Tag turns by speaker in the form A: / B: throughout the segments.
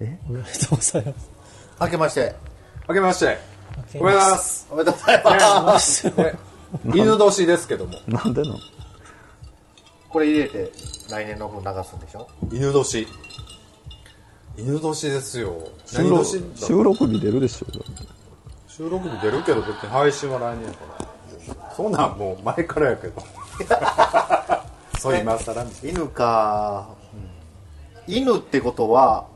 A: えおめでとうございます。
B: 明けまして
C: 明けましておめでとうございます
B: おめでとうございます
C: ね犬年ですけども
D: なんでなの
B: これ入れて来年の分流すんでしょ
C: 犬年犬年ですよ
D: 収
C: 何
D: 録
C: 年だ
D: 収録日出るでしょ
C: 収録日出るけど別に配信は来年やからそんなんもう前からやけ どそう今更みたい
B: 犬か、犬ってことは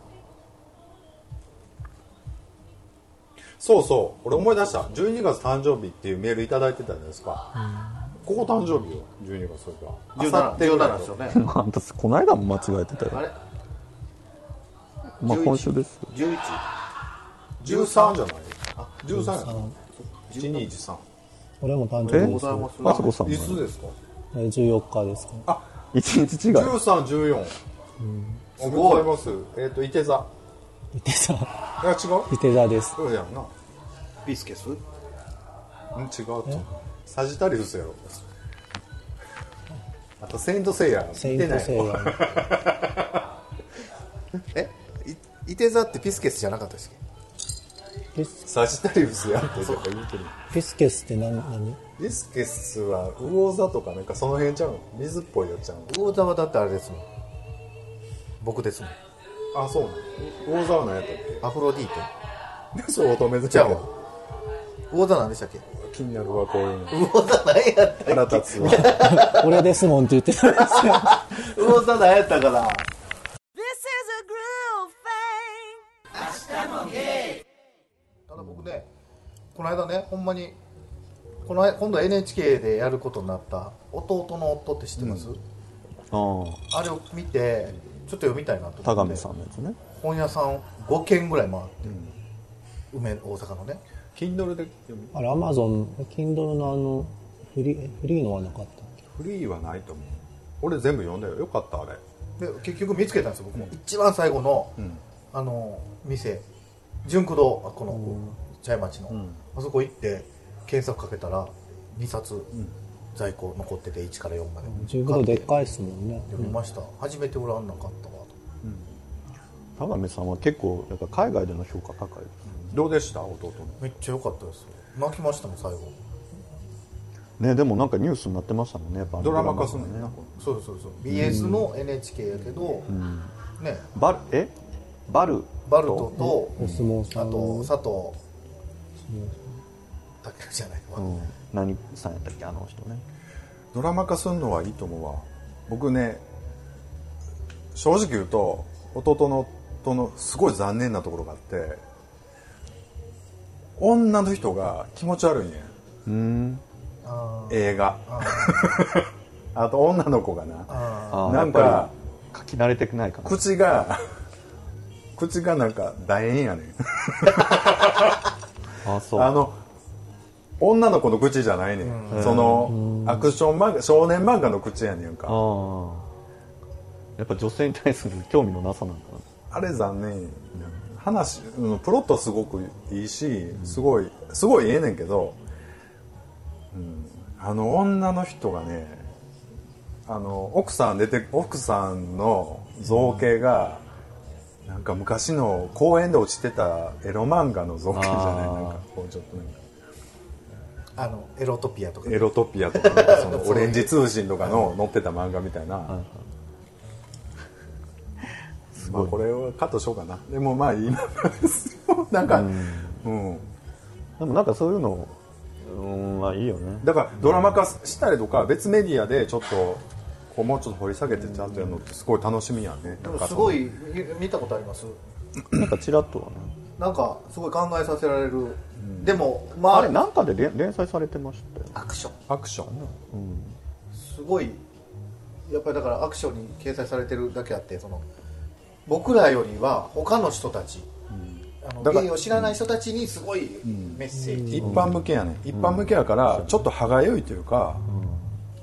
C: そうそう俺思い出した12月誕生日っていうメールいただいてたじゃないですかここ誕生日よ12月それ
B: 17
C: から
B: 17
C: ぐらい
B: ですよね
D: あんたこないだも間違えてた
B: あ
D: よ
B: れ
D: まあ
B: 11
D: 今週ですよ
B: 11
C: 13じゃない13や1213
A: 俺も誕
D: え
A: 生日です。
D: あそこさん
C: い
D: も
C: つですか
A: え14日ですか、ね。
D: 一日違い
C: 1314おめでとうございますえっといて座
A: 伊手 座、
C: いや違う
A: 伊手座です。
C: そうやんな
B: ビスケス
C: うん違うとサジタリウスやろあとセイントセイヤ
A: セイ
C: 見
A: ン
C: てな
A: ト
C: い
A: セイヤの。
B: えいいて座ってピスケスじゃなかったですっ
A: ピス
C: サジタリウスやってとか言うてる
A: ピスケスって何何
C: ビスケスは魚座とかなんかその辺ちゃうの水っぽいやつちゃう
B: け魚座はだってあれですもん僕ですもん
C: のあそうなの魚座は何やったっ
B: アフロディーテ
C: けそう乙女座
B: じゃ
C: や
B: あ
C: わ
B: 魚座なんでしたっけ
C: 気になるわこういうの
B: 魚座何やった
C: 腹立つわ
A: 俺ですもんって言ってたんですよ。
B: 魚座何やったかな
E: This is a groove thing.
B: ただ僕ねこの間ねほんまにこの間今度 NHK でやることになった「弟の夫」って知ってます、
D: あ
B: あれを見てちょっと読みたいなと
D: あ田
B: 思って
D: 上さんのやつね
B: 本屋さん5軒ぐらい回って、梅大阪のね
C: Kindle で読む
A: あれ、アマゾン、Kindle のあの、フリー、フリーのはなかったっけ
C: フリーはないと思う俺全部読んだよよかったあれ
B: で結局見つけたんですよ僕も、一番最後の、あの店純駆堂あこの、茶屋町の、あそこ行って検索かけたら2冊、在庫残ってて1から4まで
A: 十分でっかいっすもんね。
B: 読みました、初めて俺あんなん買ったわと
D: 田上さんは結構やっぱ海外での評価高いです
C: どうでした弟の
B: めっちゃ良かったですよ泣きましたもん最後
D: ねでもなんかニュースになってましたもんねやっぱあの
C: ドラマ化する
D: ド
C: の
D: ラ
C: ね
D: マ
C: な
D: が
C: んか
B: そうですそうです BS の NHK やけど、ね
D: バルえバル
B: バルトと、
A: お相撲さ
B: あ
A: ん
B: と
A: の
B: 佐藤健じゃないわ、
D: うん何さんやったっけあの人ね
C: ドラマ化するのはいいと思うわ僕ね正直言うと弟の夫のすごい残念なところがあって女の人が気持ち悪いねん映画 あと女の子がな
D: ああ
C: なんか
D: 書き慣れてないかな
C: 口が口がなんか楕円やねん
D: ああそう
C: あの女の子の口じゃないねん、そのアクション漫画少年漫画の口やねんか
D: ああやっぱ女性に対する興味のなさなんかな
C: あれ残念や話うんプロットすごくいいしすごいすごいええねんけど、うん、あの女の人がねあの奥さん出て奥さんの造形が、なんか昔の公園で落ちてたエロ漫画の造形じゃない
D: あー
C: なんかこうちょっとなんか
B: あのエロトピアとか
C: エロトピアとかなんかそのオレンジ通信とかの載ってた漫画みたいな。まあこれはカットしようかな。でもまあいいな。なんか、うん。
D: でもなんかそういうのうんまあいいよね
C: だからドラマ化したりとか別メディアでちょっと、こうもうちょっと掘り下げてちゃんとやるのってすごい楽しみやね。
B: で
C: なん
B: も
C: か
B: すごいみ見たことあります
D: なんかちらっとはね
B: なんかすごい考えさせられる、でもまあ
D: あれなんかで連連載されてましたよ
B: アクション
C: アクション。
B: すごいやっぱりだからアクションに掲載されてるだけあってその僕らよりは他の人たち、あの
C: だから
B: 芸を知らない人たちにすごいメッセージ、
C: 一般向けやねん一般向けやからちょっと歯がゆいというか、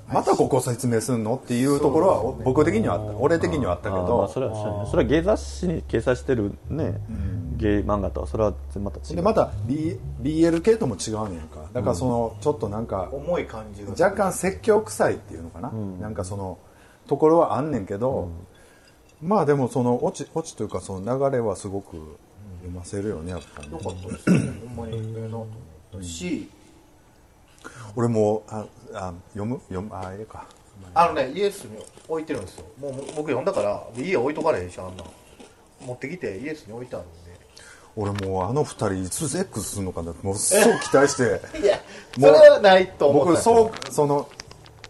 C: またここ説明すんのっていうところは僕的にはあった俺的にはあったけ
D: ああまあ
C: ど
D: それはそうやねそれは芸雑誌に掲載してるね芸漫画とはそれはまた違う
C: でまた、B、BL 系とも違うねんかだからそのちょっとなんか
B: 重い感じが
C: 若干説教臭いっていうのかな、なんかそのところはあんねんけど、まあでもその落ち落ちというかその流れはすごく読ませるよねやっぱりね
B: よかったですねほんまにええなと思ったし、
C: 俺もうああ読む読むあええか
B: あのねイエスに置いてるんですよもうもう僕読んだからで家置いとかれへんしあんなん持ってきてイエスに置いてあるんで
C: 俺もうあの二人いつセックスするのかなってもうそう期待して
B: いやそ
C: もう
B: れはないと思ったん
C: 僕
B: ですよ
C: そうその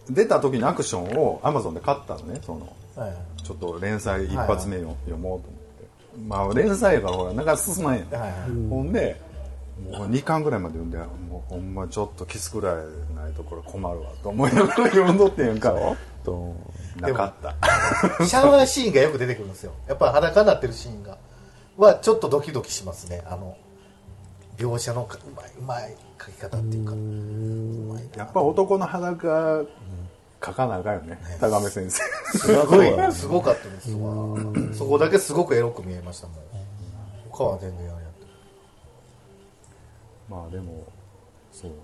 C: 出た時のアクションをアマゾンで買ったのねその
B: はいはい
C: ちょっと連載一発目よ、読もうと思ってまあ連載やからほらなかなか進まんやん、
B: はいはい
C: ほんでもう2巻ぐらいまで読んでもうほんまちょっとキスくらいないとこれ困るわと思いながら読んどってんやんか
D: と
C: なかった
B: シャワーシーンがよく出てくるんですよやっぱ裸になってるシーンがはちょっとドキドキしますねあの描写のかうまいうまい描き方っていうかうまいな
C: やっぱ男の裸書かなあかんよね高め先生
B: すごいすごかったですわそこだけすごくエロく見えましたもん他は全然あれやった
C: まあでもそうね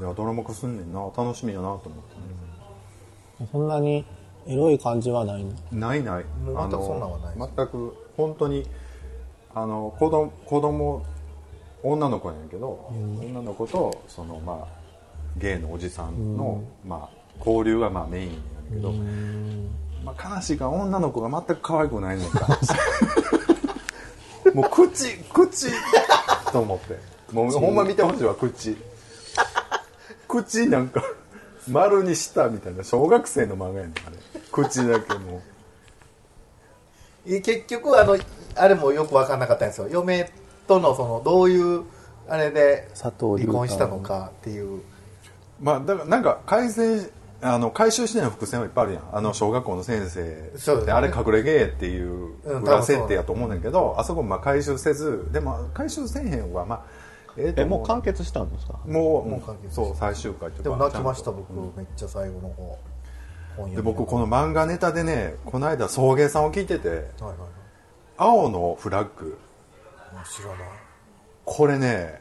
C: いやドラマ化すんねんな楽しみやなと思って、
A: そんなにエロい感じはないの。
C: ないない
B: もう全くそんなんはない
C: あの全く本当にあの子供子供女の子やねんけど、女の子とそのまあゲイのおじさんの、まあ、交流がまあメインやねんけど、まあ、悲しいから女の子が全く可愛くないねんか もう口口と思ってもうほんま見てほしいわ口口なんか丸にしたみたいな小学生の漫画やねんあれ口だけもう。
B: え結局あのあれもよく分かんなかったんですよ嫁とのそのどういうあれで
D: 佐
B: 離
D: 藤隆太
B: 婚したのかっていう
C: まあだからなんか改善あの回収してない伏線はいっぱいあるやんあの小学校の先生
B: そうですね
C: あれ隠れゲーっていう
B: うん
C: 裏設定やと思うねんけど、あそこまあ回収せずでも回収せえへんはまあええと
D: え
C: 思
D: もう完結したんですか
C: もう
B: もう
C: も
B: 完
C: う
B: 結
C: そう最終回というか
B: でも泣きました
C: ちゃんと
B: 僕、めっちゃ最後の方本
C: で僕この漫画ネタでねこの間送迎さんを聞いてて
B: のはいはいは
C: 「青のフラッグ
B: いもう知らない」
C: これね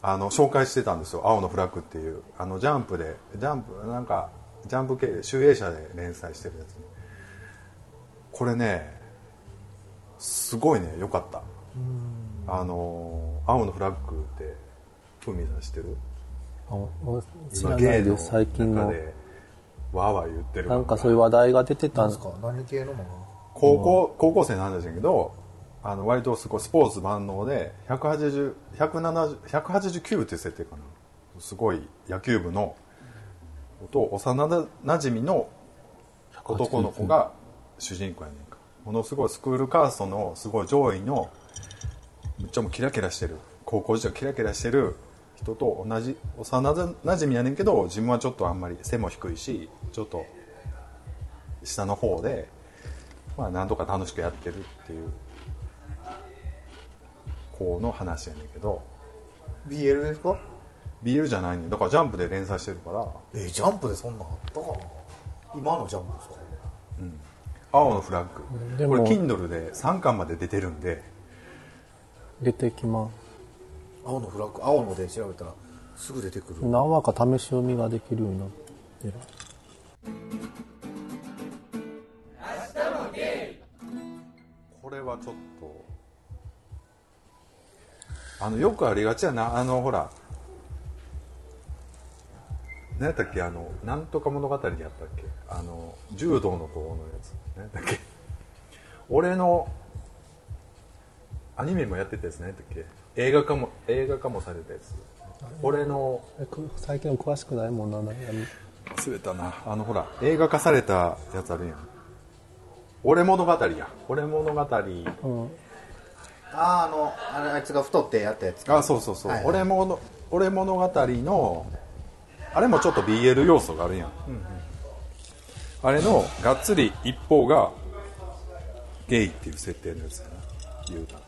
C: あの紹介してたんですよ「青のフラッグ」っていうあのジャンプでジャンプなんかジャンプ系で集英社で連載してるやつねこれねすごいね良かったあの「青のフラッグ」ってふみさん知ってる
A: あお知
C: 今
A: らない
C: 芸
A: です、最近
C: の中
A: の。
C: でわーわー言ってる
A: なんかそういう話題が出てた
B: なんん
A: ですすか
B: か何系のも
C: 高校高校生の話だけどあの割とすごいスポーツ万能で180 170 189っていう設定かなすごい野球部のと幼なじみの男の子が主人公やねんかものすごいスクールカーストのすごい上位のめっちゃもうキラキラしてる高校時代キラキラしてる人と同じ幼なじみやねんけど自分はちょっとあんまり背も低いしちょっと下の方でまあ、なんとか楽しくやってるっていう子の話やねんけど
B: BL ですか
C: BL じゃないねんだからジャンプで連載してるから
B: えージャンプでそんなんあったかな今のジャンプですか
C: 「青のフラッ
A: で
C: グ」
A: も
C: これ Kindle で3巻まで出てるんで
A: 出てきます。
B: 青のフラッグ青ので調べたらすぐ出てくる
A: 何話か試し読みができるようになってる。
C: これはちょっとあのよくありがちやなあのほら何やったっけあの「なんとか物語」でやったっけあの柔道の子のやつ何やったっけ俺のアニメもやってたやつ何やったっけ映画化も映画化もされたやつ俺の
A: えく最近の詳しくないもんな、悩み。
C: 忘れたなあのほら映画化されたやつあるやん俺物語や俺物
A: う
C: 語
A: ん。
B: あああのあれあいつが太ってやったやつ
C: あそうそうそう、
B: はい
C: 俺もの俺物語のあれもちょっと BL 要素があるやん、あれのがっつり一方がゲイっていう設定のやつかな言うたら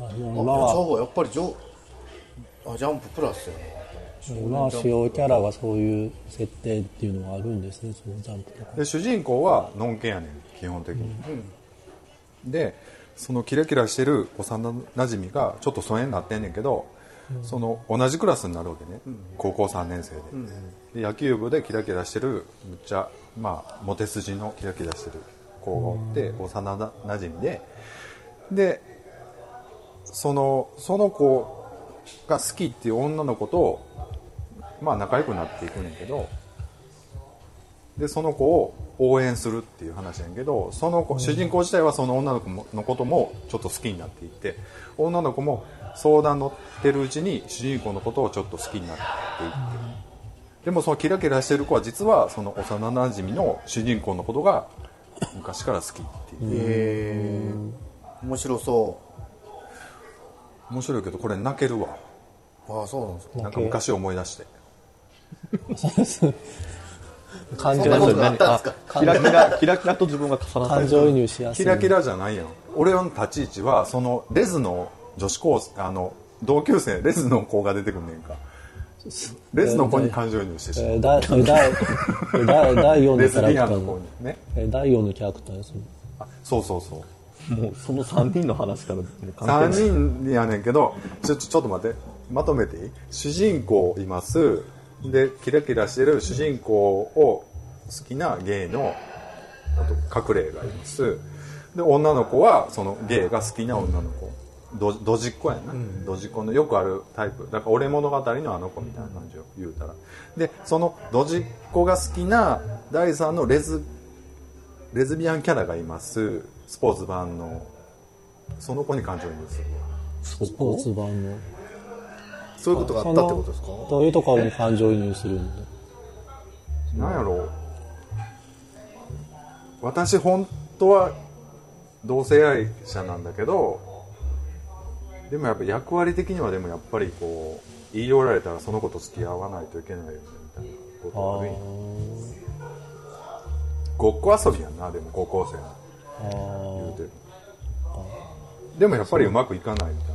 A: あ
B: あ
A: 今
B: まあ、
A: は、
B: そうやっぱりジョあジャンププラスやな
A: 今は主要キャラがそういう設定っていうのがあるんですね、そのジャンプとか。
C: で主人公はのんけやねん基本的に、でそのキラキラしてる幼なじみがちょっと疎遠になってんねんけど、その同じクラスになるわけね、高校3年生で,、で野球部でキラキラしてるむっちゃ、まあ、モテ筋のキラキラしてる子がおって、幼な馴染みででそのその子が好きっていう女の子と、まあ、仲良くなっていくねんけどでその子を応援するっていう話やんけどその子主人公自体はその女の子ものこともちょっと好きになっていって女の子も相談乗ってるうちに主人公のことをちょっと好きになっていってでもそのキラキラしてる子は実はその幼なじみの主人公のことが昔から好きっていう
B: えー、面白そ
C: 面白いけどこれ泣けるわ
B: うああそうなんですか
C: なんか昔思い出して
A: 感
B: そん
A: 情
B: なこ
A: 移
B: とがあ
A: 入
B: ったんですか
D: キラキラ、キラキラと自分が重なった
A: 感情移入しやす
C: キ
A: い。
C: ラキラじゃないやん俺の立ち位置はそのレズの女子高生あの同級生レズの子が出てくんねんかレズの子に感情移入してしまう
A: えー、だえだえーだ 第4
C: レ
A: の
C: ズ
A: キ
C: ビ
A: ャ
C: ア
A: ラ
C: ン
A: クタ
C: の
A: ー
C: 子
A: の
C: に、ね
A: えー第4のキャラクターですね。
C: あそうそうそう
D: もうその3人の話からもう関係
C: 3
D: ない
C: 人やねんけどちょちょちょっと待ってまとめていい主人公いますでキラキラしてる主人公を好きなゲイのあと隠れがいますで女の子はそのゲイが好きな女の子ドドジっ子やな、ドジっ子のよくあるタイプだから俺物語のあの子みたいな感じを言うたらでそのドジっ子が好きな第3のレズレズビアンキャラがいますスポーツ版のその子に感情移入する
A: スポーツ版の。
B: そういうことがあったってことですか
A: どういうところに感情移入するんだ
C: なんやろう私本当は同性愛者なんだけどでもやっぱ役割的にはでもやっぱりこう言い寄られたらその子と付き合わないといけないよねみたいなことあるんやごっこ遊びやんなでも高校生の
A: あー
C: 言うてるでもやっぱりうまくいかないみたい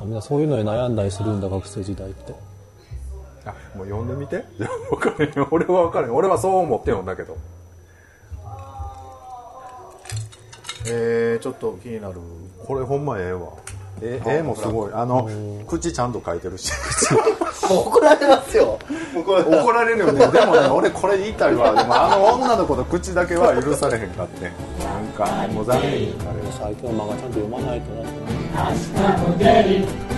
A: あ。みんなそういうのに悩んだりするんだ、学生時代って。
C: なあもう読んでみて いや分かれへん俺は分かれへん俺はそう思って読んだけど
B: えー、ちょっと気になる
C: これほんまええわえ絵もすごいあの口ちゃんと書いてるし
B: 怒られますよ怒ら れ
C: 怒られるよね でもね俺これ言いたいわでもあの女の子の口だけは許されへんかってなんかもう残念になれる
A: 最近は漫画ちゃんと読まないとな。
F: 明日も出る